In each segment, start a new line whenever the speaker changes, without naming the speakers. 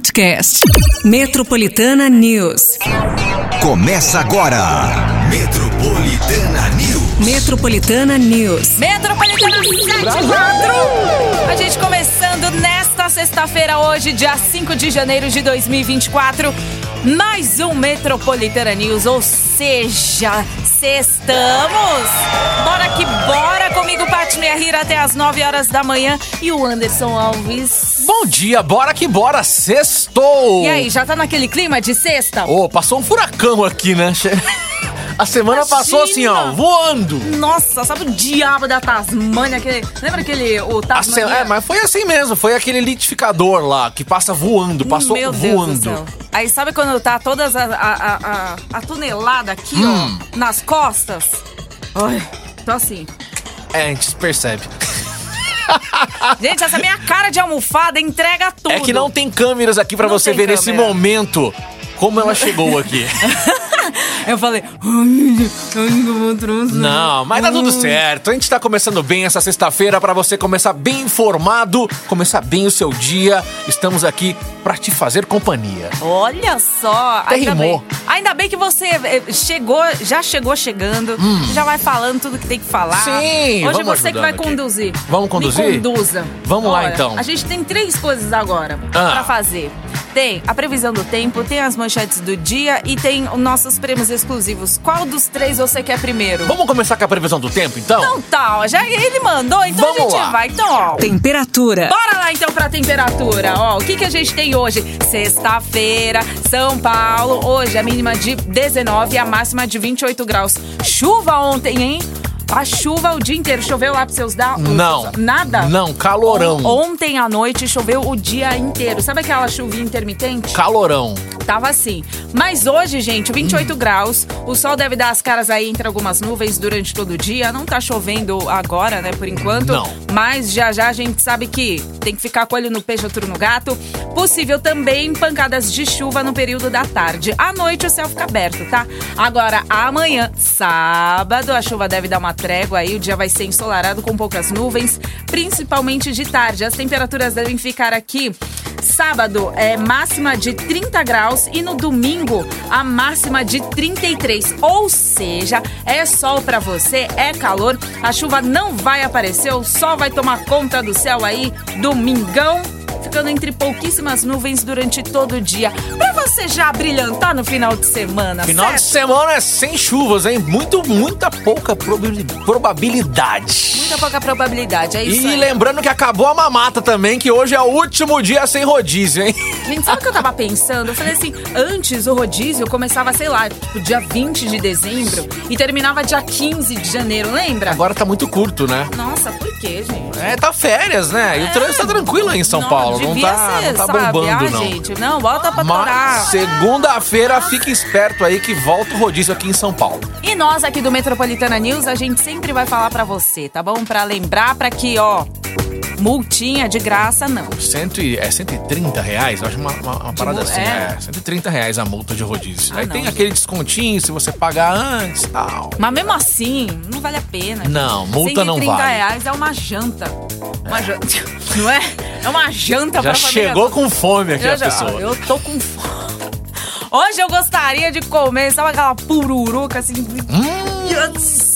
podcast. Metropolitana News.
Começa agora. Metropolitana News.
Metropolitana News.
Metropolitana 74! A gente começando nesta sexta-feira, hoje, dia 5 de janeiro de 2024. Mais um Metropolitana News, ou seja, sextamos! Bora que bora comigo, Pat Rir até as 9 horas da manhã e o Anderson Alves.
Bom dia, bora que bora, sextou!
E aí, já tá naquele clima de sexta?
Ô, passou um furacão aqui, né? Che- A semana passou assim, ó,
Imagina!
voando!
Nossa, sabe o diabo da Tasmânia? Aquele, lembra aquele, o
A se-
Tasmania?
É, mas foi assim mesmo, foi aquele litificador lá, que passa voando, passou
Hum, Meu Deus
voando.
do céu. Aí sabe quando tá todas a, a, a, a- a tunelada aqui,
Hum.
ó, nas costas? Ai, tô assim.
É, a gente percebe.
Gente, essa é minha cara de almofada entrega tudo.
É que não tem câmeras aqui pra
Não
você
tem
ver nesse
câmera.
momento como ela chegou aqui.
Eu falei... tá Não.
Não, mas tá
Hum.
tudo certo. A gente tá começando bem essa sexta-feira pra você começar bem informado, começar bem o seu dia. Estamos aqui pra te fazer companhia.
Olha só,
Até
ainda
rimou.
bem, ainda bem que você eh, chegou, já chegou chegando, já vai falando tudo que tem que falar.
Hum. Sim,
Hoje é você
vamos
que
ajudando
vai
aqui.
conduzir.
Vamos
Me
conduzir?
conduza.
Vamos lá,
Olha,
então.
A gente tem três coisas agora
Ah.
pra fazer. Tem a previsão do tempo, tem as manchetes do dia e tem os nossos prêmios exclusivos. Qual dos três você quer primeiro?
Vamos começar com a previsão do tempo, então?
Então tá, ó, já ele mandou, então a
Vamos
gente
lá.
vai. Então, ó.
Temperatura.
Bora lá então pra temperatura. Ó, o que, que a gente tem hoje? Sexta-feira, São Paulo. Hoje a mínima de 19 e a máxima de 28 graus. Chuva ontem, hein? A chuva o dia inteiro. Choveu lá pros seus dados?
Não.
Nada?
Não, calorão.
Ontem à noite choveu o dia inteiro. Sabe aquela chuvinha intermitente?
Calorão.
Tava assim. Mas hoje, gente, 28 graus. O sol deve dar as caras aí entre algumas nuvens durante todo o dia. Não tá chovendo agora, né, por enquanto.
Não.
Mas já já a gente sabe que tem que ficar com o olho no peixe, outro no gato. Possível também pancadas de chuva no período da tarde. À noite o céu fica aberto, tá? Agora, amanhã, sábado, a chuva deve dar uma trégua aí. O dia vai ser ensolarado com poucas nuvens, principalmente de tarde. As temperaturas devem ficar aqui. Sábado é máxima de 30 graus e no domingo a máxima de 33. Ou seja, é sol pra você, é calor, a chuva não vai aparecer, o sol vai tomar conta do céu aí domingão. Ficando entre pouquíssimas nuvens durante todo o dia. Pra você já brilhantar no final de semana,
Final de
certo?
semana é sem chuvas, hein? Muito, muita pouca probi- probabilidade.
Muita pouca probabilidade, é isso
E
aí.
lembrando que acabou a mamata também, que hoje é o último dia sem rodízio, hein?
Gente, sabe o que eu tava pensando? Eu falei assim, antes o rodízio começava, sei lá, tipo, dia 20 de dezembro e terminava dia 15 de janeiro, lembra?
Agora tá muito curto, né?
Nossa, por quê, gente?
É, tá férias, né? E o trânsito tá tranquilo aí em São
É. Não,
Paulo. Não
devia
tá,
ser,
não tá
sabe?
bombando,
ah,
não.
gente, não, volta pra
Mas
torar.
segunda-feira fica esperto aí que volta o rodízio aqui em São Paulo.
E nós aqui do Metropolitana News, a gente sempre vai falar pra você, tá bom? Pra lembrar, pra que, ó, multinha de graça, não.
Cento e, é 130 reais? Eu acho uma, uma- uma parada
mu-
assim.
é.
É. 130 reais a multa de rodízio.
Ah,
Aí
não,
tem
gente.
aquele descontinho se você pagar antes e tal.
Mas mesmo assim, não vale a pena.
Não, multa não
130
vale.
reais é uma janta. Uma janta, não é? É uma janta
Já
pra família
chegou com fome aqui
Eu
a
já-
pessoa.
Eu tô com fome. Hoje eu gostaria de comer, sabe aquela pururuca assim? Assim,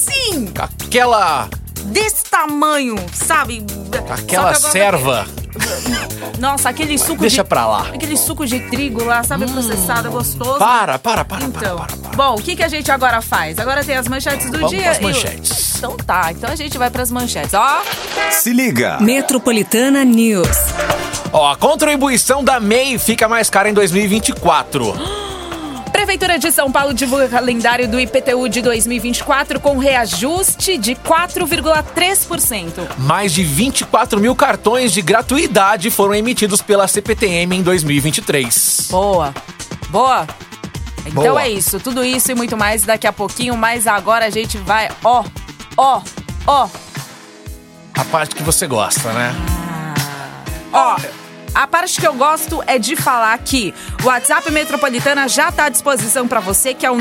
Hum, Aquela.
desse tamanho, sabe?
Aquela
Só que agora-
serva.
Nossa, aquele suco
Deixa
de...
pra lá.
Aquele suco de trigo lá, sabe? processado, gostoso.
Para, para, para,
Então,
para, para, para.
bom, o que, que a gente agora faz? Agora tem as manchetes do
Vamos
dia.
pras
e o-
manchetes.
Então tá, então a gente vai pras manchetes. Ó,
Se liga.
Metropolitana News.
Ó, a contribuição da MEI fica mais cara em 2024.
Prefeitura de São Paulo divulga calendário do IPTU de 2024 com reajuste de 4,3%.
Mais de 24 mil cartões de gratuidade foram emitidos pela CPTM em 2023.
Boa. Boa. Então
Boa.
é isso, tudo isso e muito mais daqui a pouquinho, mas agora a gente vai, ó, ó, ó,
A parte que você gosta, né?
ó. A parte que eu gosto é de falar que o WhatsApp Metropolitana já tá à disposição para você, que é o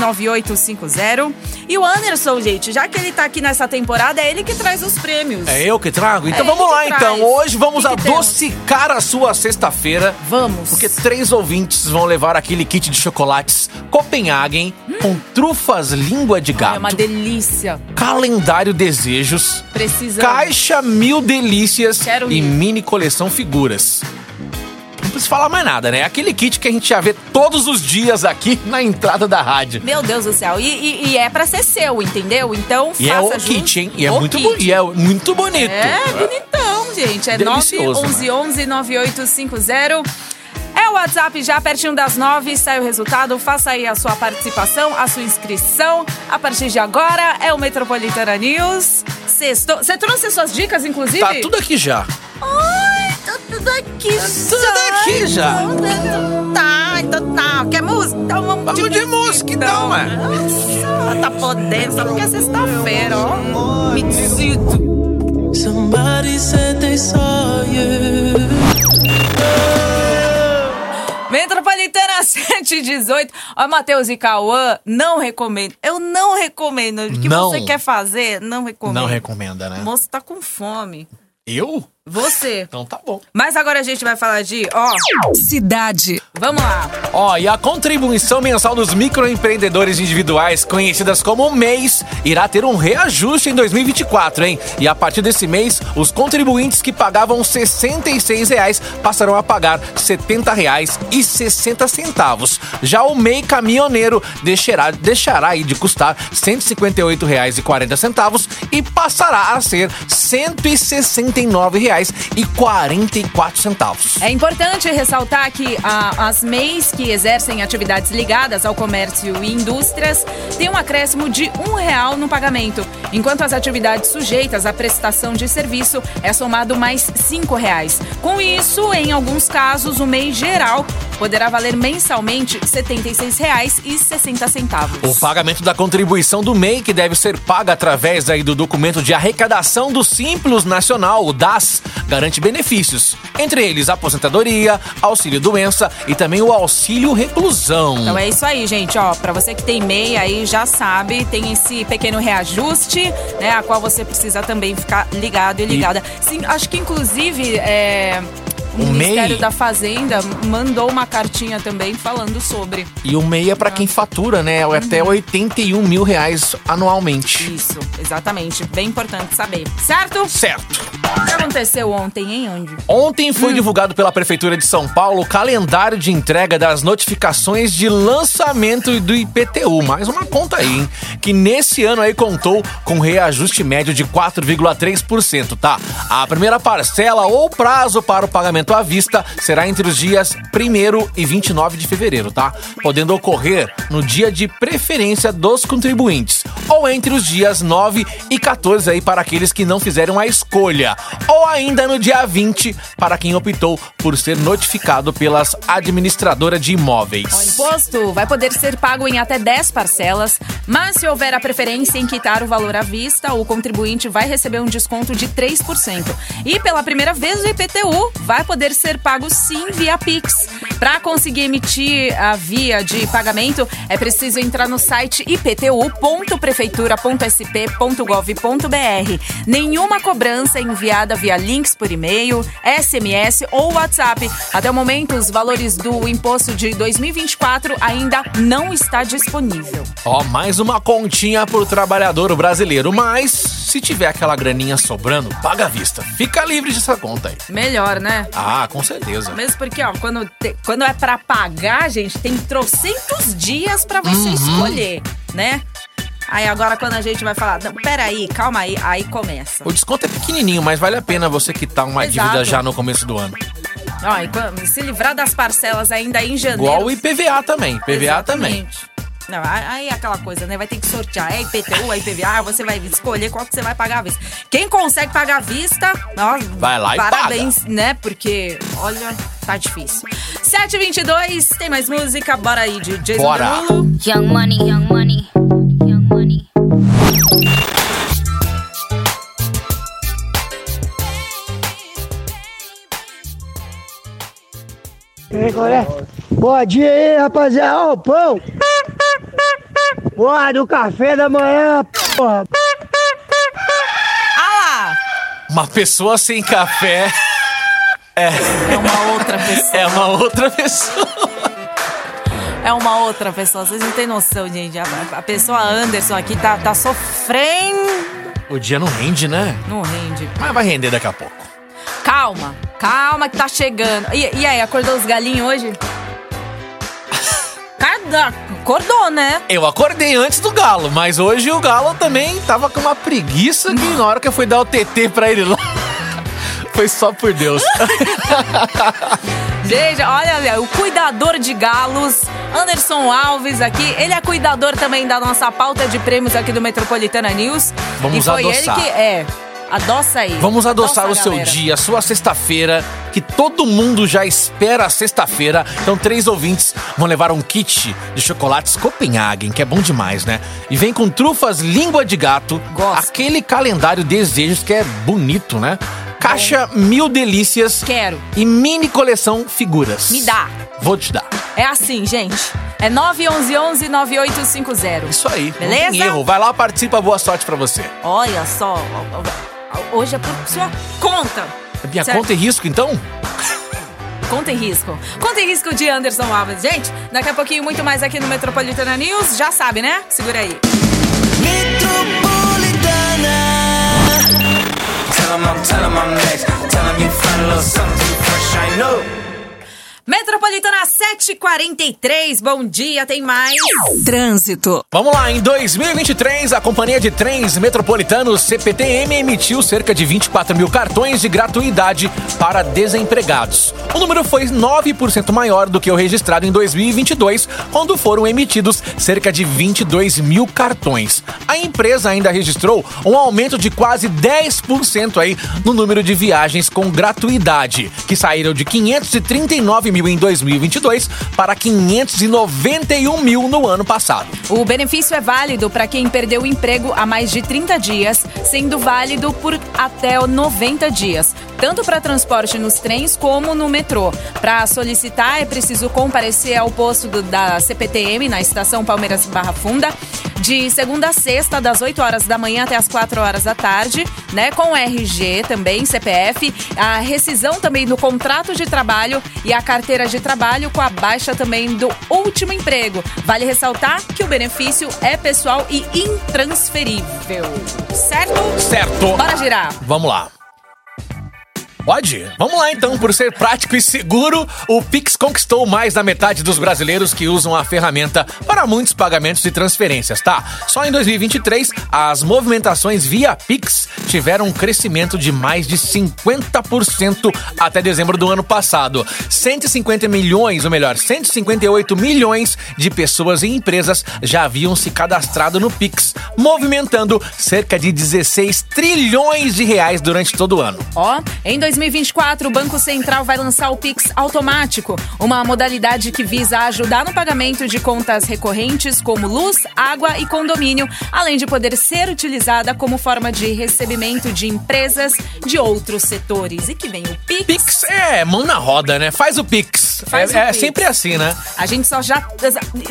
911-9850. E o Anderson, gente, já que ele tá aqui nessa temporada, é ele que traz os prêmios.
É eu que trago? Então
É
vamos
ele
lá,
que
então.
traz.
Hoje vamos
Que que temos?
adocicar a sua sexta-feira.
Vamos.
Porque três ouvintes vão levar aquele kit de chocolates Copenhagen com trufas língua de
Hum? É
gato,
uma delícia.
calendário desejos,
Precisa.
caixa mil delícias
Quero
e
ir.
mini coleção figuras. Não precisa falar mais nada, né? Aquele kit que a gente já vê todos os dias aqui na entrada da rádio.
Meu Deus do céu. E, e- e é pra ser seu, entendeu? Então
E
faça
é o
junto.
kit, hein? E é,
O
muito,
kit.
bo- e é muito bonito.
É bonitão, gente. É
Delicioso, né?
911-9850. É o WhatsApp já pertinho das nove, sai o resultado, faça aí a sua participação, a sua inscrição. A partir de agora é o Metropolitana News. Sexto... Você trouxe suas dicas, inclusive?
Tá tudo aqui já.
Ai, tá tudo aqui.
tudo
já.
aqui já.
Tá, então tá. Quer música? Então vamos,
Vamos de música, então,
Não,
ué.
Nossa, tá podendo, só porque é sexta-feira, ó. Me desito.
Somebody said they saw you.
Metropolitana 718. Ó, Matheus e Cauã, não recomendo. Eu não recomendo. O que
Não.
você quer fazer, não recomendo.
Não recomenda, né?
O moço tá com fome.
Eu?
Você.
Então tá bom.
Mas agora a gente vai falar de, ó,
Cidade.
vamos lá.
Ó, e a contribuição mensal dos microempreendedores individuais, conhecidas como MEIs, irá ter um reajuste em 2024, hein? E a partir desse mês, os contribuintes que pagavam R$ 66 reais passarão a pagar R$ 70,60. Já o MEI caminhoneiro deixará, deixará aí de custar R$ 158,40 e passará a ser R$ 169,44.
É importante ressaltar que ah, as MEIs que exercem atividades ligadas ao comércio e indústrias têm um acréscimo de um real no pagamento, enquanto as atividades sujeitas à prestação de serviço é somado mais cinco reais. Com isso, em alguns casos, o MEI geral poderá valer mensalmente R$ 76,60.
O pagamento da contribuição do MEI, que deve ser paga através aí do documento de arrecadação do Simples Nacional, o DAS, garante benefícios, entre eles aposentadoria, auxílio-doença e também o auxílio-reclusão.
Então é isso aí, gente, ó, para você que tem MEI aí já sabe, tem esse pequeno reajuste, né, a qual você precisa também ficar ligado e ligada. Sim, acho que inclusive é, o,
O
Ministério
MEI?
da Fazenda mandou uma cartinha também falando sobre
E o MEI é para quem fatura, né? Até
Uhum.
81 mil reais anualmente.
isso, exatamente, bem importante saber, certo?
Certo.
O que aconteceu ontem, hein, Andy?
Ontem foi divulgado pela Prefeitura de São Paulo o calendário de entrega das notificações de lançamento do IPTU. Mais uma conta aí, hein? Que nesse ano aí contou com reajuste médio de 4,3%, tá? A primeira parcela ou prazo para o pagamento à vista será entre os dias 1 e 29 de fevereiro, tá? Podendo ocorrer no dia de preferência dos contribuintes ou entre os dias 9 e 14 aí para aqueles que não fizeram a escolha, ou ainda no dia 20 para quem optou por ser notificado pelas administradoras de
O
imóveis.
imposto vai poder ser pago em até 10 parcelas, mas se houver a preferência em quitar o valor à vista, o contribuinte vai receber um desconto de 3%. E pela primeira vez, o IPTU vai poder ser pago sim via Pix. Para conseguir emitir a via de pagamento, é preciso entrar no site iptu.prefeitura.sp.gov.br. Nenhuma cobrança é enviada via links por e-mail, SMS ou WhatsApp. Até o momento, os valores do imposto de 2024 ainda não está disponível.
Ó, mais uma continha pro trabalhador brasileiro, mas se tiver aquela graninha sobrando, paga à vista. Fica livre dessa conta aí.
Melhor, né?
Ah, com certeza.
Mesmo porque, ó, quando, te- quando é pra pagar, gente, tem trocentos dias pra você escolher, né? Aí agora quando a gente vai falar, não, peraí, calma aí, aí começa.
O desconto é pequenininho, mas vale a pena você quitar uma
Exato.
dívida já no começo do ano.
Ó, e quan- se livrar das parcelas ainda em janeiro.
Igual o IPVA também. IPVA também.
Exatamente. Não, aí aí é aquela coisa, né? Vai ter que sortear. É IPTU, é IPVA, você vai escolher qual que você vai pagar à vista. Quem consegue pagar à vista, ó,
Vai lá e
parabéns, né? Porque, olha, tá difícil. 7h22, tem mais música. Bora aí, DJ
Bora.
Zandarulo.
Young money, young money, young money.
Bom dia aí, rapaziada. Ó, o pão. Porra, do café da manhã, porra.
Ah
Uma pessoa sem café
lá! É uma outra pessoa.
é uma outra pessoa.
É uma outra pessoa. Vocês não têm noção, gente. A, a pessoa Anderson aqui tá, tá sofrendo.
O dia não rende, né?
Não rende.
Mas vai render daqui a pouco.
Calma, calma que tá chegando. E, e aí, acordou os galinhos hoje? Cada, acordou, né?
Eu acordei antes do galo, mas hoje o galo também tava com uma preguiça que na hora que eu fui dar o TT pra ele lá. Foi só por Deus.
Gente, olha, olha, o cuidador de galos, Anderson Alves aqui. Ele é cuidador também da nossa pauta de prêmios aqui do Metropolitana News.
Vamos
e foi
adoçar.
ele que é. Adoça aí.
Vamos adoçar
Adoça,
o seu
galera.
dia, a sua sexta-feira, que todo mundo já espera a sexta-feira. Então, três ouvintes vão levar um kit de chocolates Copenhagen, que é bom demais, né? E vem com trufas língua de gato,
Gosto.
aquele calendário desejos que é bonito, né? Caixa Mil Delícias
Quero.
e mini coleção figuras.
Me dá.
Vou te dar.
É assim, gente. É 911 9850.
Isso aí.
Beleza?
Não tem erro. Vai lá, participa. Boa sorte pra você.
Olha só, hoje é por sua conta.
É Minha
Certo.
conta e risco, então?
Conta em risco. Conta em risco de Anderson Alves. Gente, daqui a pouquinho muito mais aqui no Metropolitana News. Já sabe, né? Segura aí.
Metropolitana.
Tell 'em I'm, tell 'em I'm next. Tell 'em you find a little something fresh, I know.
Metropolitana 743. Bom dia, tem mais.
Trânsito.
Vamos lá, em 2023, a Companhia de Trens Metropolitanos CPTM emitiu cerca de 24 mil cartões de gratuidade para desempregados. O número foi 9% maior do que o registrado em 2022, quando foram emitidos cerca de 22 mil cartões. A empresa ainda registrou um aumento de quase 10% aí no número de viagens com gratuidade, que saíram de 539 mil em 2022 para 591 mil no ano passado.
O benefício é válido para quem perdeu o emprego há mais de 30 dias, sendo válido por até 90 dias, tanto para transporte nos trens como no metrô. Para solicitar, é preciso comparecer ao posto do- da CPTM, na estação Palmeiras Barra Funda, de segunda a sexta, das 8 horas da manhã até as 4 horas da tarde, né? Com RG também, CPF, a rescisão também do contrato de trabalho e a carteira de trabalho com a baixa também do último emprego. Vale ressaltar que o benefício é pessoal e intransferível. Certo?
Certo.
Bora girar.
Vamos lá. Pode? Vamos lá então, por ser prático e seguro, o Pix conquistou mais da metade dos brasileiros que usam a ferramenta para muitos pagamentos e transferências, tá? Só em 2023, as movimentações via Pix tiveram um crescimento de mais de 50% até dezembro do ano passado. 150 milhões, ou melhor, 158 milhões de pessoas e empresas já haviam se cadastrado no Pix, movimentando cerca de 16 trilhões de reais durante todo o ano.
Ó, em 2024, o Banco Central vai lançar o Pix automático, uma modalidade que visa ajudar no pagamento de contas recorrentes como luz, água e condomínio, além de poder ser utilizada como forma de recebimento de empresas de outros setores. E que vem o Pix.
Pix é mão na roda, né? Faz o Pix.
Faz
é
o
é
Pix.
sempre assim, né?
A gente só já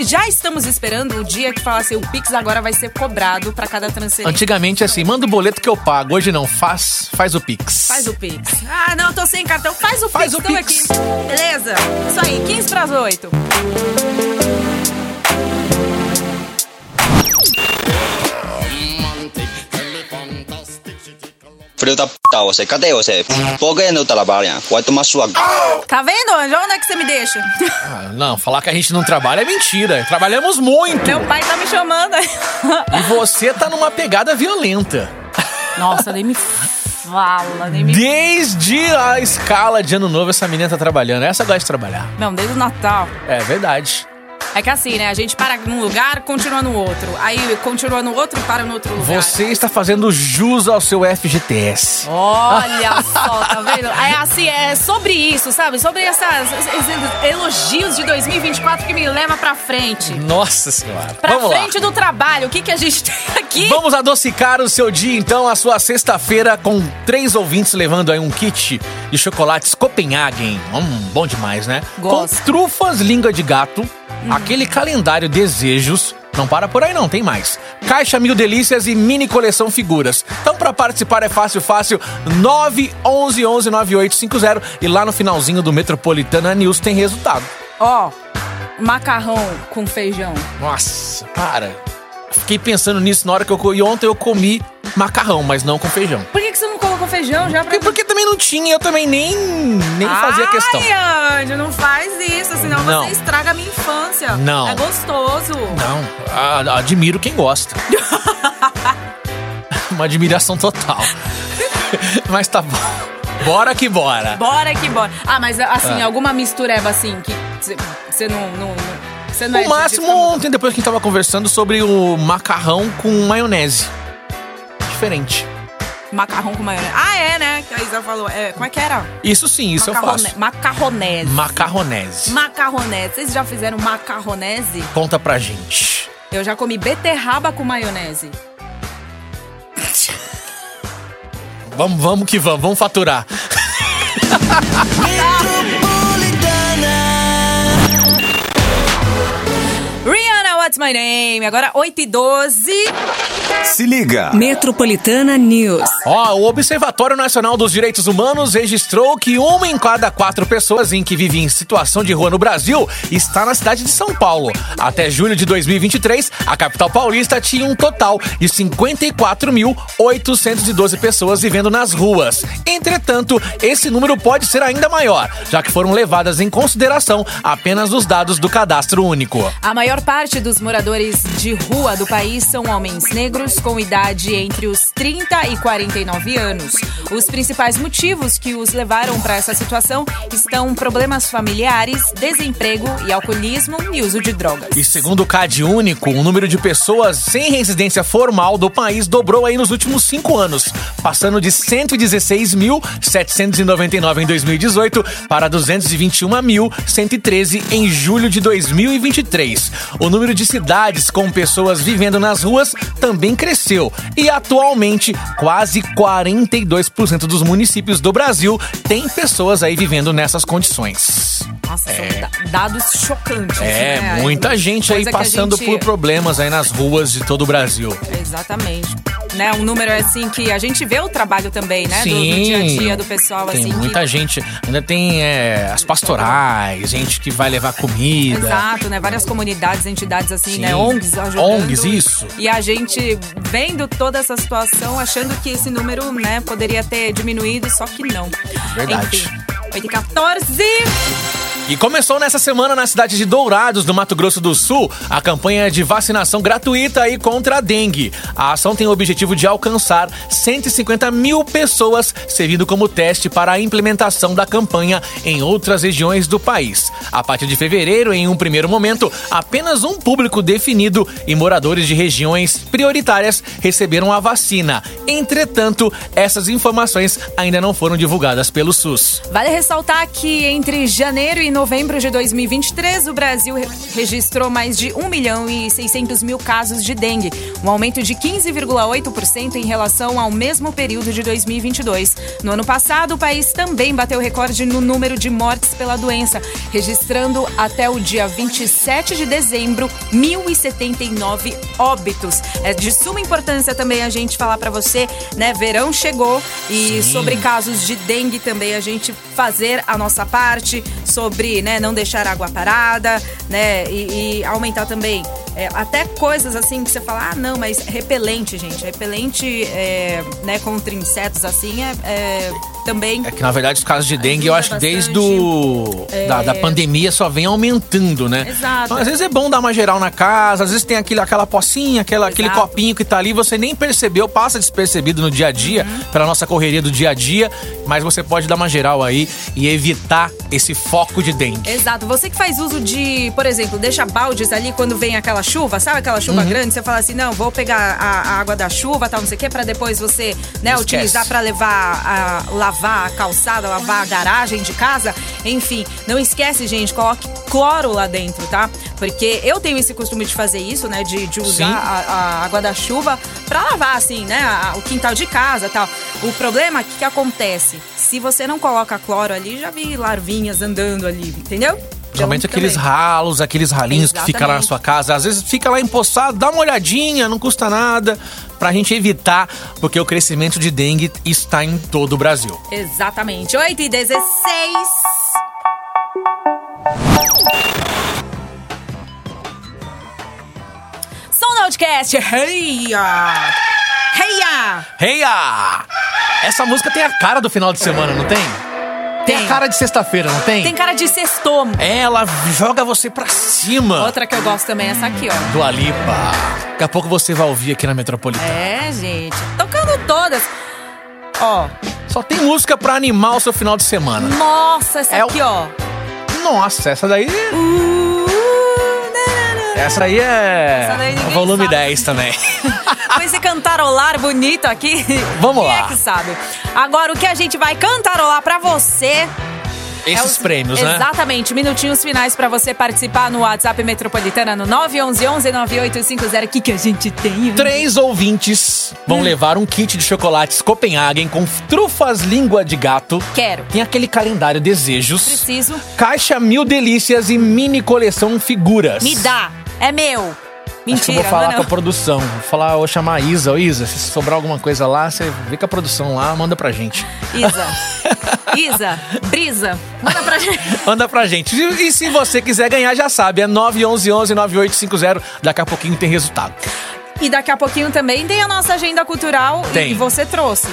já estamos esperando o dia que fala assim, o Pix agora vai ser cobrado para cada transferência.
Antigamente assim, manda o boleto que eu pago. Hoje não, faz, faz o Pix.
Faz o Pix. Ah, não, tô sem cartão. Faz o
Faz
Pix,
o
tamo
Pix.
aqui. Beleza? Isso aí, 15 pras 8.
Filho da puta, você, cadê você? Tô ganhando trabalho, vai tomar sua...
Tá vendo, Anjo? Onde é que você me deixa?
Ah, não, falar que a gente não trabalha é mentira. Trabalhamos muito.
Meu pai tá me chamando.
E você tá numa pegada violenta.
Nossa, nem me fala, nem me.
Desde a escala de ano novo, essa menina tá trabalhando. Essa gosta de trabalhar.
Não, desde o Natal.
É verdade.
É que assim, né? A gente para num lugar, continua no outro. Aí continua no outro, para no outro lugar.
Você está fazendo jus ao seu FGTS.
Olha só, tá vendo? É assim, é sobre isso, sabe? Sobre essas, esses elogios de 2024 que me leva pra frente.
Nossa senhora.
Pra
Vamos lá.
frente do trabalho, o que, que a gente tem aqui?
Vamos adocicar o seu dia, então, a sua sexta-feira, com três ouvintes levando aí um kit de chocolates Copenhagen. Hum, bom demais, né?
Gosto.
Com trufas língua de gato, aquele calendário desejos. Não para por aí não, tem mais. Caixa Mil Delícias e mini coleção figuras. Então pra participar é fácil, fácil. 911 11 9850 e lá no finalzinho do Metropolitana News tem resultado.
Ó, macarrão com feijão.
Nossa, para. Fiquei pensando nisso na hora que eu comi. Ontem eu comi macarrão, mas não com feijão.
Por que, que você não colocou feijão já pra...
Porque, porque também não tinha, eu também nem, nem fazia questão.
Ai, Anjo, não faz isso, senão
Não.
você estraga a minha infância.
Não.
É gostoso.
Não, a- admiro quem gosta. Uma admiração total. mas tá bom. Bora que bora.
Bora que bora. Ah, mas
É.
assim, alguma mistureba assim que você não... não, não cê não é
O
de-
máximo
de-
ontem, depois que a gente tava conversando sobre o macarrão com maionese. Diferente.
Macarrão com maionese. Ah, é, né? Que a Isa falou. É, como é que era?
Isso sim, isso
Macarrone-
eu faço.
Macarronese.
Macarronese.
Macarronese. Vocês já fizeram macarronese?
Conta pra gente.
Eu já comi beterraba com maionese.
Vamos, vamos que vamos, vamos faturar.
Rihanna, what's my name? Agora 8 e 12.
Se liga.
Metropolitana News.
Ó, o Observatório Nacional dos Direitos Humanos registrou que uma em cada quatro pessoas em que vive em situação de rua no Brasil está na cidade de São Paulo. Até julho de 2023, a capital paulista tinha um total de 54.812 pessoas vivendo nas ruas. Entretanto, esse número pode ser ainda maior, já que foram levadas em consideração apenas os dados do cadastro único.
A maior parte dos moradores de rua do país são homens negros com idade entre os 30 e 49 anos. Os principais motivos que os levaram para essa situação estão problemas familiares, desemprego e alcoolismo e uso de drogas.
E segundo o CAD Único, o número de pessoas sem residência formal do país dobrou aí nos últimos cinco anos, passando de 116.799 em 2018 para 221.113 em julho de 2023. O número de cidades com pessoas vivendo nas ruas também cresceu e atualmente quase 42% dos municípios do Brasil têm pessoas aí vivendo nessas condições.
Nossa, são da- dados chocantes.
É,
né?
muita gente aí
Coisa que a
passando
gente-
por problemas aí nas ruas de todo o Brasil.
Exatamente. Né, um número assim que a gente vê o trabalho também, né? do- Do, dia a dia do pessoal,
tem
assim. que-
muita gente. Ainda tem é, as pastorais, gente que vai levar comida.
Exato, né? Várias comunidades, entidades assim,
Sim.
né? ONGs ajudando.
ONGs, isso.
E a gente vendo toda essa situação, achando que esse número, né, poderia ter diminuído, só que não.
Verdade.
Enfim, 8 e 14.
E começou nessa semana na cidade de Dourados, no Mato Grosso do Sul, a campanha de vacinação gratuita aí contra a dengue. A ação tem o objetivo de alcançar 150 mil pessoas, servindo como teste para a implementação da campanha em outras regiões do país. A partir de fevereiro, em um primeiro momento, apenas um público definido e moradores de regiões prioritárias receberam a vacina. Entretanto, essas informações ainda não foram divulgadas pelo SUS.
Vale ressaltar que entre janeiro e novembro de 2023, o Brasil re- registrou mais de 1 milhão e 600 mil casos de dengue, um aumento de 15,8% em relação ao mesmo período de 2022. No ano passado, o país também bateu recorde no número de mortes pela doença, registrando até o dia 27 de dezembro 1.079 óbitos. É de suma importância também a gente falar pra você, né? Verão chegou e sobre casos de dengue também a gente fazer a nossa parte sobre, né, não deixar a água parada, né, e, e aumentar também é, até coisas assim que você fala, ah, não, mas repelente, gente, repelente, é, né, contra insetos assim é, é também
É que, na verdade, os casos de dengue, eu acho que desde do, da, da pandemia só vem aumentando, né?
É. Exato.
Então, às vezes é bom dar uma geral na casa, às vezes tem aquele, aquela pocinha, aquela, aquele
Exato.
copinho que tá ali, você nem percebeu, passa despercebido
Uhum.
no dia a dia, pela nossa correria do dia a dia, mas você pode dar uma geral aí e evitar esse foco de dente.
Exato. Você que faz uso de, por exemplo, deixa baldes ali quando vem aquela chuva, sabe aquela chuva grande? Você fala assim, não, vou pegar a, a água da chuva, tal, não sei o quê, pra depois você, né,
Esquece.
utilizar pra levar, a, lavar a calçada, lavar a garagem de casa. Enfim, não esquece, gente, coloque cloro lá dentro, tá? Porque eu tenho esse costume de fazer isso, né, de, de usar
Sim.
a, a água da chuva pra lavar, assim, né, a- o quintal de casa, tal. O problema é que, que acontece, se você não coloca cloro ali, já vi larvinhas andando ali, entendeu?
Principalmente
Então,
aqueles
também.
ralos, aqueles ralinhos que fica lá na
Exatamente.
sua casa. Às vezes fica lá empoçado, dá uma olhadinha, não custa nada. Pra gente evitar, porque o crescimento de dengue está em todo o Brasil.
Exatamente. 8 e 16. Som do Outcast. Heia! Heia!
Heia! Essa música tem a cara do final de semana, não tem? Tem,
Tem.
a cara de sexta-feira, não tem?
Tem cara de sextou.
Ela joga você pra cima.
Outra que eu gosto também é essa aqui, ó.
Do Alipa. Daqui a pouco você vai ouvir aqui na Metropolitana.
É, gente. Tocando todas. Ó.
Só tem música pra animar o seu final de semana.
Nossa, essa
É o-
aqui, ó. Uh,
Nossa, essa daí. Essa daí é.
Essa daí ninguém
volume
sabe.
10 também.
Com esse cantarolar bonito aqui.
Vamos
quem
lá.
é que sabe? Agora, o que a gente vai cantarolar pra você É
Esses
os-
prêmios, né?
Exatamente. Minutinhos finais pra você participar no WhatsApp Metropolitana no 911-9850. O que, que a gente tem? Um
Três ouvintes
Hum.
vão levar um kit de chocolates Copenhagen com trufas língua de gato.
Quero.
Tem aquele calendário desejos.
Preciso.
Caixa Mil Delícias e mini coleção figuras.
Me dá. É meu.
Acho que eu
Mentira,
vou falar
não é
com a
não.
produção. Vou falar, vou chamar a Isa. Ô, Isa, se sobrar alguma coisa lá, você vê com a produção lá, manda pra gente.
Isa. Isa. Brisa. Manda pra gente.
Manda pra gente. E, e se você quiser ganhar, já sabe, é 911-9850. Daqui a pouquinho tem resultado.
E daqui a pouquinho também tem a nossa agenda cultural. e-
Tem.
E você trouxe.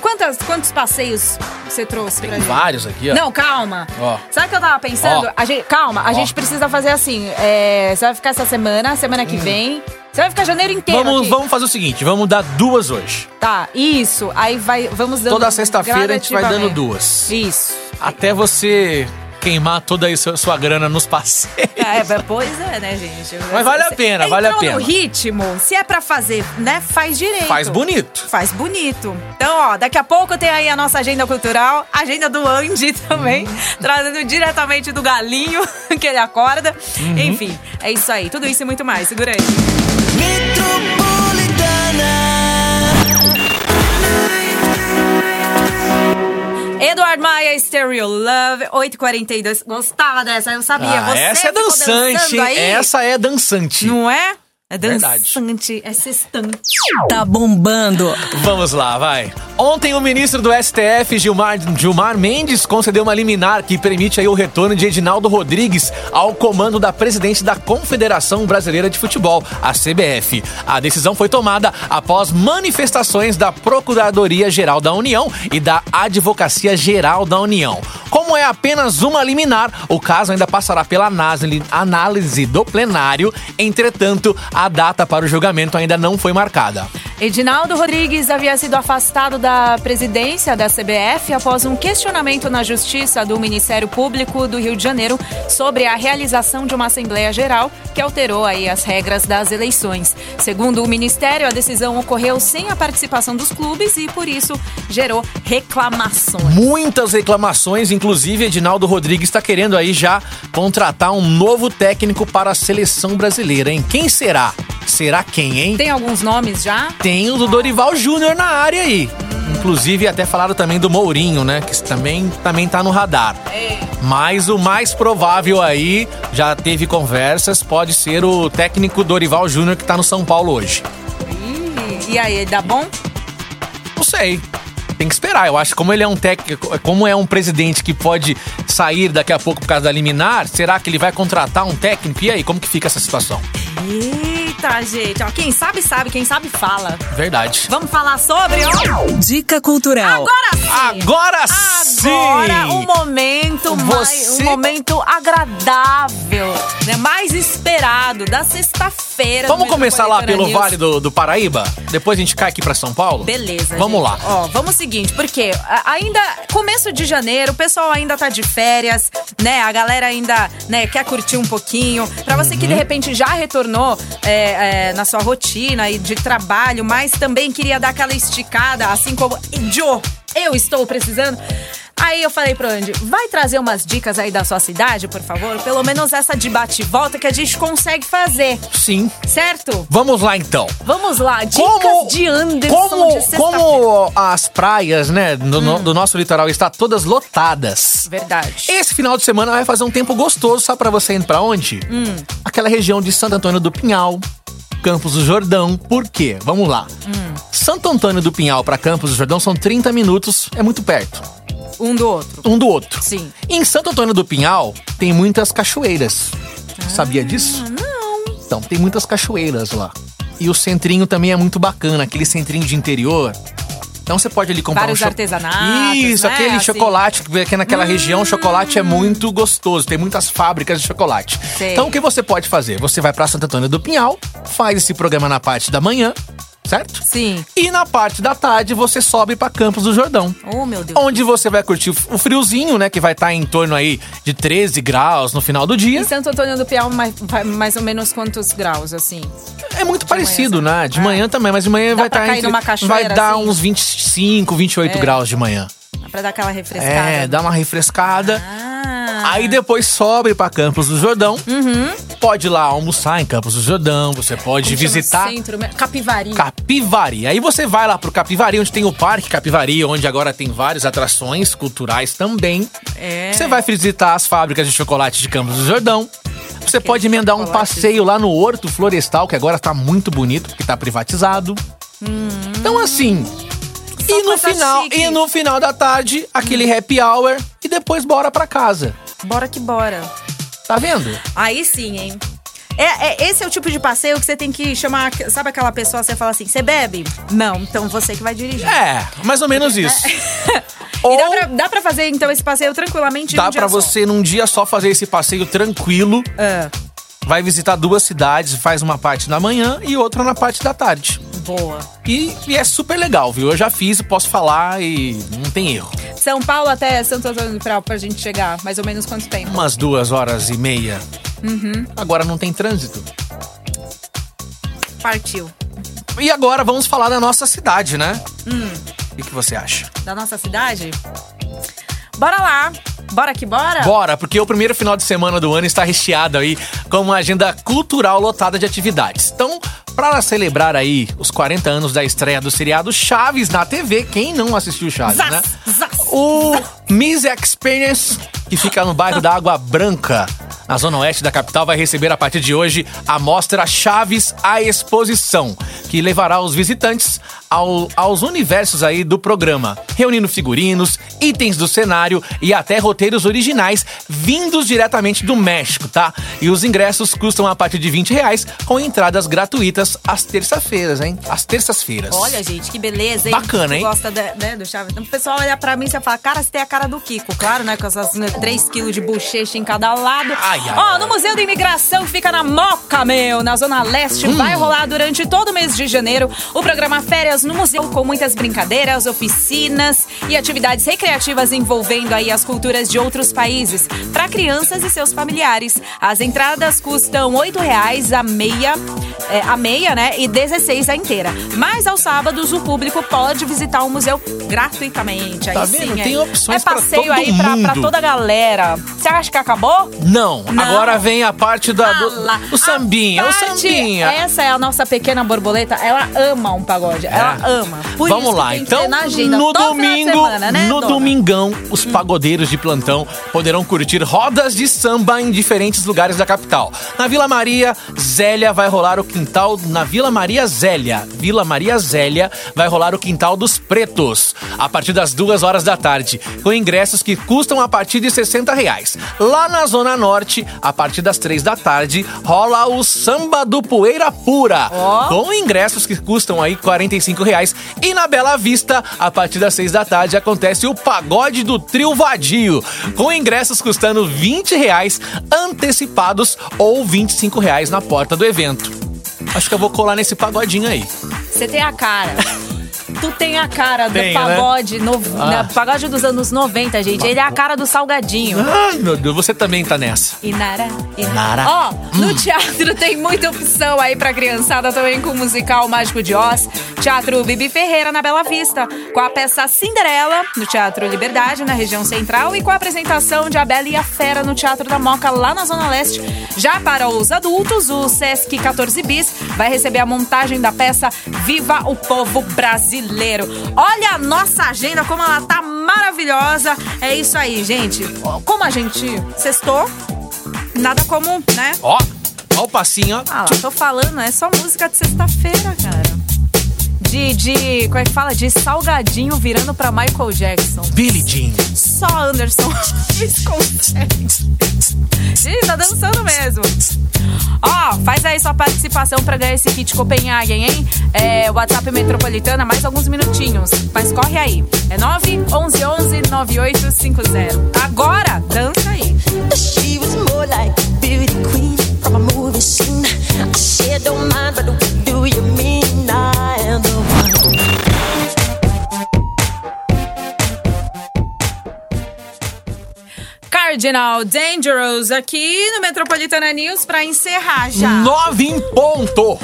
Quantas, quantos passeios você trouxe pra
Tem
gente?
vários aqui, ó.
Não, calma.
Ó.
Sabe o que eu tava pensando?
Ó.
A gente- calma, a
Ó.
gente precisa fazer assim. é, você vai ficar essa semana, semana que vem. Você vai ficar janeiro inteiro
Hum. Vamos,
aqui.
vamos fazer o seguinte, vamos dar duas hoje.
Tá, isso. Aí vai, vamos dando
Toda sexta-feira a gente vai dando
gradativamente.
duas.
Isso.
Até você queimar toda a sua, sua grana nos passeios.
É, mas pois é, né, gente?
Mas vale a
Você-
pena,
entrou
vale a pena.
no ritmo, se é pra fazer, né, faz direito.
Faz bonito.
Faz bonito. Então, ó, daqui a pouco tem aí a nossa agenda cultural, a agenda do Andy também, trazendo diretamente do galinho que ele acorda.
Uhum.
Enfim, é isso aí. Tudo isso e muito mais. Segura aí.
Metropolitana.
Eduardo Maia, Stereo Love, 8h42. Gostava dessa, eu sabia.
Ah,
Você
essa é
ficou
dançante,
dançando
hein?
aí?
Essa é dançante.
Não é? É
Verdade.
dançante, é sextante.
Tá bombando.
Vamos lá, vai. Ontem o ministro do STF, Gilmar, Gilmar Mendes, concedeu uma liminar que permite aí o retorno de Edinaldo Rodrigues ao comando da presidente da Confederação Brasileira de Futebol, a CBF. A decisão foi tomada após manifestações da Procuradoria Geral da União e da Advocacia Geral da União. Como é apenas uma liminar, o caso ainda passará pela análise- análise do plenário. Entretanto, a data para o julgamento ainda não foi marcada.
Edinaldo Rodrigues havia sido afastado da presidência da CBF após um questionamento na Justiça do Ministério Público do Rio de Janeiro sobre a realização de uma Assembleia Geral que alterou aí as regras das eleições. Segundo o Ministério, a decisão ocorreu sem a participação dos clubes e, por isso, gerou reclamações.
Muitas reclamações, inclusive Edinaldo Rodrigues está querendo aí já contratar um novo técnico para a seleção brasileira, hein? Quem será? Será quem, hein?
Tem alguns nomes já?
Tem o do Dorival Júnior na área aí. Inclusive até falaram também do Mourinho, né? Que também, também tá no radar. Mas o mais provável aí, já teve conversas, pode ser o técnico Dorival Júnior que tá no São Paulo hoje.
Ih, E aí, dá bom?
Não sei. Tem que esperar. Eu acho que como ele é um técnico, como é um presidente que pode sair daqui a pouco por causa da liminar, será que ele vai contratar um técnico? E aí, como que fica essa situação?
Eita, gente. Ó, quem sabe, sabe. Quem sabe, fala.
Verdade.
Vamos falar sobre... ó.
Dica cultural.
Agora sim!
Agora sim!
Agora um momento, mais,
Você-
um momento agradável. né, mais esperado da sexta-feira. do
Vamos começar lá
Metropolitana
pelo
News.
Vale do, do Paraíba? Depois a gente cai aqui pra São Paulo?
Beleza.
Vamos
gente.
lá.
Ó, vamos seguinte, porque a- ainda começo de janeiro, o pessoal ainda tá de férias, né? A galera ainda, né, quer curtir um pouquinho. Pra você
Uhum.
que de repente já retornou é, é, na sua rotina e de trabalho, mas também queria dar aquela esticada, assim como Joe, eu estou precisando. Aí eu falei pro Andy, vai trazer umas dicas aí da sua cidade, por favor? Pelo menos essa de bate-volta que a gente consegue fazer,
Sim.
certo?
Vamos lá então.
Vamos lá, dicas
Como,
de Anderson
como,
de sexta-feira.
como as praias, né, do, no- do nosso litoral está todas lotadas.
Verdade.
Esse final de semana vai fazer um tempo gostoso, sabe pra você ir pra onde? Aquela região de Santo Antônio do Pinhal, Campos do Jordão. Por quê? Vamos lá. Santo Antônio do Pinhal pra Campos do Jordão são 30 minutos, é muito perto,
Um do outro.
um do outro.
Sim.
Em Santo Antônio do Pinhal tem muitas cachoeiras. Sabia disso?
Ah, Não.
Então, tem muitas cachoeiras lá. E o centrinho também é muito bacana, aquele centrinho de interior. Então você pode ali comprar
Vários
um cho-
artesanatos,
Isso,
né?
aquele
Assim. Hum.
chocolate, que aqui naquela região o chocolate é muito gostoso, tem muitas fábricas de chocolate.
Sei.
Então o que você pode fazer? Você vai pra Santo Antônio do Pinhal, faz esse programa na parte da manhã, certo?
Sim.
E na parte da tarde você sobe pra Campos do Jordão.
Oh, meu Deus.
Onde você vai curtir o friozinho, né? Que vai estar em torno aí de 13 graus no final do dia.
Em Santo Antônio do Piau, mais, vai mais ou menos quantos graus, assim?
É muito parecido, né? De
É.
manhã também, mas de manhã vai
pra
estar.
cair numa cachoeira,
vai dar
assim? É.
uns 25, 28 graus de manhã.
Pra dar aquela refrescada. né?
É, dá uma refrescada.
Ah. Uhum.
Aí depois sobe pra Campos do Jordão. Pode ir lá almoçar em Campos do Jordão, você pode
Como chama?
visitar.
Centro, me- Capivari.
Capivari. Aí você vai lá pro Capivari, onde tem o Parque Capivari, onde agora tem várias atrações culturais também.
É.
Você vai visitar as fábricas de chocolate de Campos do Jordão. Você pode emendar um
chocolate.
passeio lá no Horto Florestal, que agora tá muito bonito, porque tá privatizado. Então, assim.
Hum. Só
E no,
coisa
final,
chique. Hum.
e no final da tarde, aquele happy hour e depois bora pra casa.
Bora que bora.
Tá vendo?
Aí sim, hein? É, é- esse é o tipo de passeio que você tem que chamar. Sabe aquela pessoa que você fala assim: você bebe? Não, então você que vai dirigir.
É, mais ou menos isso. Ou
E dá pra, dá pra fazer, então, esse passeio tranquilamente em um
dá
dia
pra
só.
você, num dia só, fazer esse passeio tranquilo.
Ah,
Vai visitar duas cidades, faz uma parte na manhã e outra na parte da tarde.
boa.
E, e é super legal, viu? Eu já fiz, posso falar e não tem erro.
São Paulo até Santo Antônio do Prau pra gente chegar, mais ou menos quanto tempo?
Umas duas horas e meia. Agora não tem trânsito.
Partiu.
E agora vamos falar da nossa cidade, né? O que que você acha?
Da nossa cidade? Bora lá! Bora que bora?
Bora, porque o primeiro final de semana do ano está recheado aí com uma agenda cultural lotada de atividades. Então, para celebrar aí os 40 anos da estreia do seriado Chaves na TV, quem não assistiu Chaves,
Zaz,
né?
zaz.
O Miss Experience, que fica no bairro da Água Branca, na zona oeste da capital, vai receber a partir de hoje a mostra Chaves à Exposição, que levará os visitantes ao- aos universos aí do programa, reunindo figurinos, itens do cenário e até roteiros originais vindos diretamente do México, tá? E os ingressos custam a partir de 20 reais, com entradas gratuitas às terça-feiras, hein? Às terças-feiras.
Olha, gente, que beleza, hein?
Bacana,
Tu
hein?
gosta da- né, do Chaves. Então, o pessoal olha pra mim e você fala, cara, você tem a cara do Kiko. Claro, né? Com essas 3 quilos de bochecha em cada lado.
Ai, ai,
Ó,
ai.
no Museu da Imigração, que fica na Moca, meu, na Zona Leste. Vai
Hum.
rolar durante todo o mês de janeiro o programa Férias no Museu, com muitas brincadeiras, oficinas e atividades recreativas envolvendo aí as culturas de outros países para crianças e seus familiares. As entradas custam R$ 8,00 a meia, é, a meia, né? E 16 a inteira. Mas aos sábados o público pode visitar o museu gratuitamente. Aí
Tá
sim,
vendo?
aí-
Tem opções
É
pra
passeio
todo
aí pra, pra
mundo.
toda a galera. Você acha que acabou?
Não,
Não.
agora vem a parte da, do,
Ah lá,
o sambinha,
a
o
parte-
sambinha. É.
Essa é a nossa pequena borboleta. Ela ama um pagode. Ela ama. Por
Vamos
isso que
lá,
tem que
então
ter na agenda
no
todo final de
domingo,
semana, né,
no
dona?
domingão, os pagodeiros de plantão poderão curtir rodas de samba em diferentes lugares da capital. Na Vila Maria, Zélia vai rolar o, quintal na Vila Maria Zélia. Vila Maria Zélia vai rolar o Quintal dos Pretos, a partir das duas horas da tarde, com ingressos que custam a partir de 60 reais. Lá na Zona Norte, a partir das três da tarde, rola o Samba do Poeira Pura, com ingressos que custam aí 45 reais. E na Bela Vista, a partir das seis da tarde, acontece o Pagode do Trio Vadio, com ingressos custando 20 reais antecipados ou 25 reais na porta do evento. Acho que eu vou colar nesse pagodinho aí.
Você tem a cara. Tu tem a cara do
Tenho,
pagode, no-
Ah.
na- pagode dos anos 90, gente. Ele é a cara do salgadinho.
Ai, meu Deus, você também tá nessa.
Inara,
Inara.
Ó, no teatro tem muita opção aí pra criançada também com o musical Mágico de Oz. Teatro Bibi Ferreira na Bela Vista, com a peça Cinderela no Teatro Liberdade na região central e com a apresentação de A Bela e a Fera no Teatro da Moca lá na Zona Leste. Já para os adultos, o SESC 14 Bis vai receber a montagem da peça Viva o Povo Brasileiro. Olha a nossa agenda como ela tá maravilhosa. É isso aí, gente. Como a gente sextou, Nada como, né?
Ó, ó o passinho, ó.
Ah lá, tô falando, é só música de sexta-feira, cara. De, de, como é que fala? De salgadinho virando pra Michael Jackson.
Billy Jean.
Só Anderson Luiz consegue. Ih, tá dançando mesmo. Ó, faz aí sua participação pra ganhar esse kit Copenhagen, hein? É, WhatsApp Metropolitana, mais alguns minutinhos. Mas corre aí. É 9 11 11 9850. Agora, dança aí.
She was more like a beauty queen from a movie scene. I said, don't mind, but what do you mean? I am the one.
Cardinal Dangerous aqui no Metropolitana News pra encerrar já.
Nove em ponto.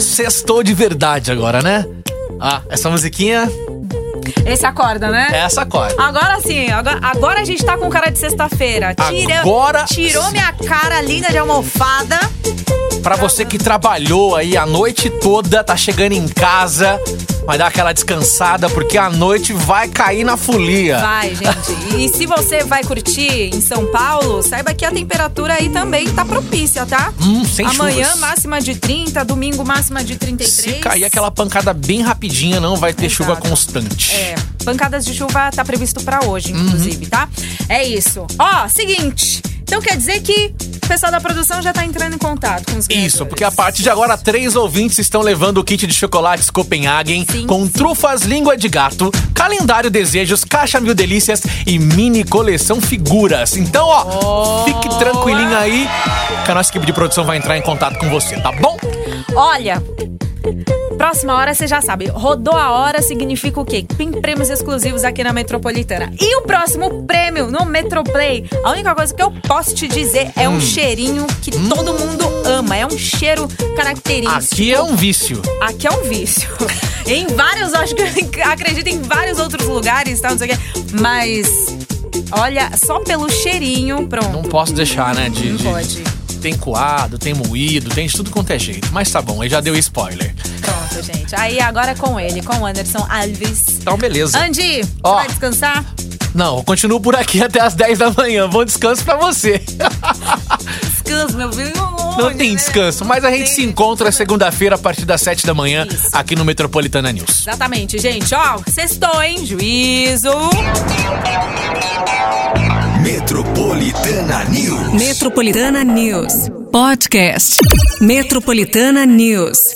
Sextou de verdade agora, né? Ah, essa musiquinha
Esse acorda, né?
é essa corda.
Agora sim, agora, agora a gente tá com cara de sexta-feira. Tira-
Agora-
Tirou minha cara linda de almofada.
Pra você que trabalhou aí a noite toda, tá chegando em casa, vai dar aquela descansada, porque a noite vai cair na folia.
Vai, gente. E se você vai curtir em São Paulo, saiba que a temperatura aí também tá propícia, tá?
Hum, sem
Amanhã
chuvas.
máxima de 30, domingo máxima de 33.
Se cair aquela pancada bem rapidinha, não vai ter
Exato.
chuva constante.
É, pancadas de chuva tá previsto pra hoje,
Uhum.
inclusive, tá? É isso. Ó, seguinte. Então quer dizer que o pessoal da produção já tá entrando em contato com os
Isso,
ganhadores.
porque a partir de agora, três ouvintes estão levando o kit de chocolates Copenhagen
Sim,
com
sim.
trufas língua de gato, calendário desejos, caixa mil delícias e mini coleção figuras. Então, ó, fique tranquilinho aí que a nossa equipe de produção vai entrar em contato com você, tá bom?
Olha. Próxima hora, você já sabe. Rodou a hora significa o quê? Que Tem prêmios exclusivos aqui na Metropolitana. E o próximo prêmio no Metroplay. A única coisa que eu posso te dizer é
Hum.
um cheirinho que todo mundo ama. É um cheiro característico.
Aqui é um vício.
Aqui é um vício. em vários, acho que acredito em vários outros lugares, tal, não sei o quê. Mas, olha, só pelo cheirinho,
Não
pronto.
posso deixar, né? De, de-
pode.
Tem coado, tem moído, tem de tudo quanto é jeito. Mas tá bom, aí já deu spoiler.
Pronto, gente. Aí agora é com ele, com o Anderson Alves.
Então, beleza.
Andy, você
Ó.
vai descansar?
Não, eu continuo por aqui até as 10 da manhã. Bom descanso pra você.
Descanso, meu filho.
Não tem descanso, mas a gente se encontra segunda-feira a partir das 7 da manhã
Isso.
aqui no Metropolitana News.
Exatamente, gente. Ó, sextou, hein? Juízo.
Metropolitana News.
Metropolitana News. Podcast. Metropolitana News.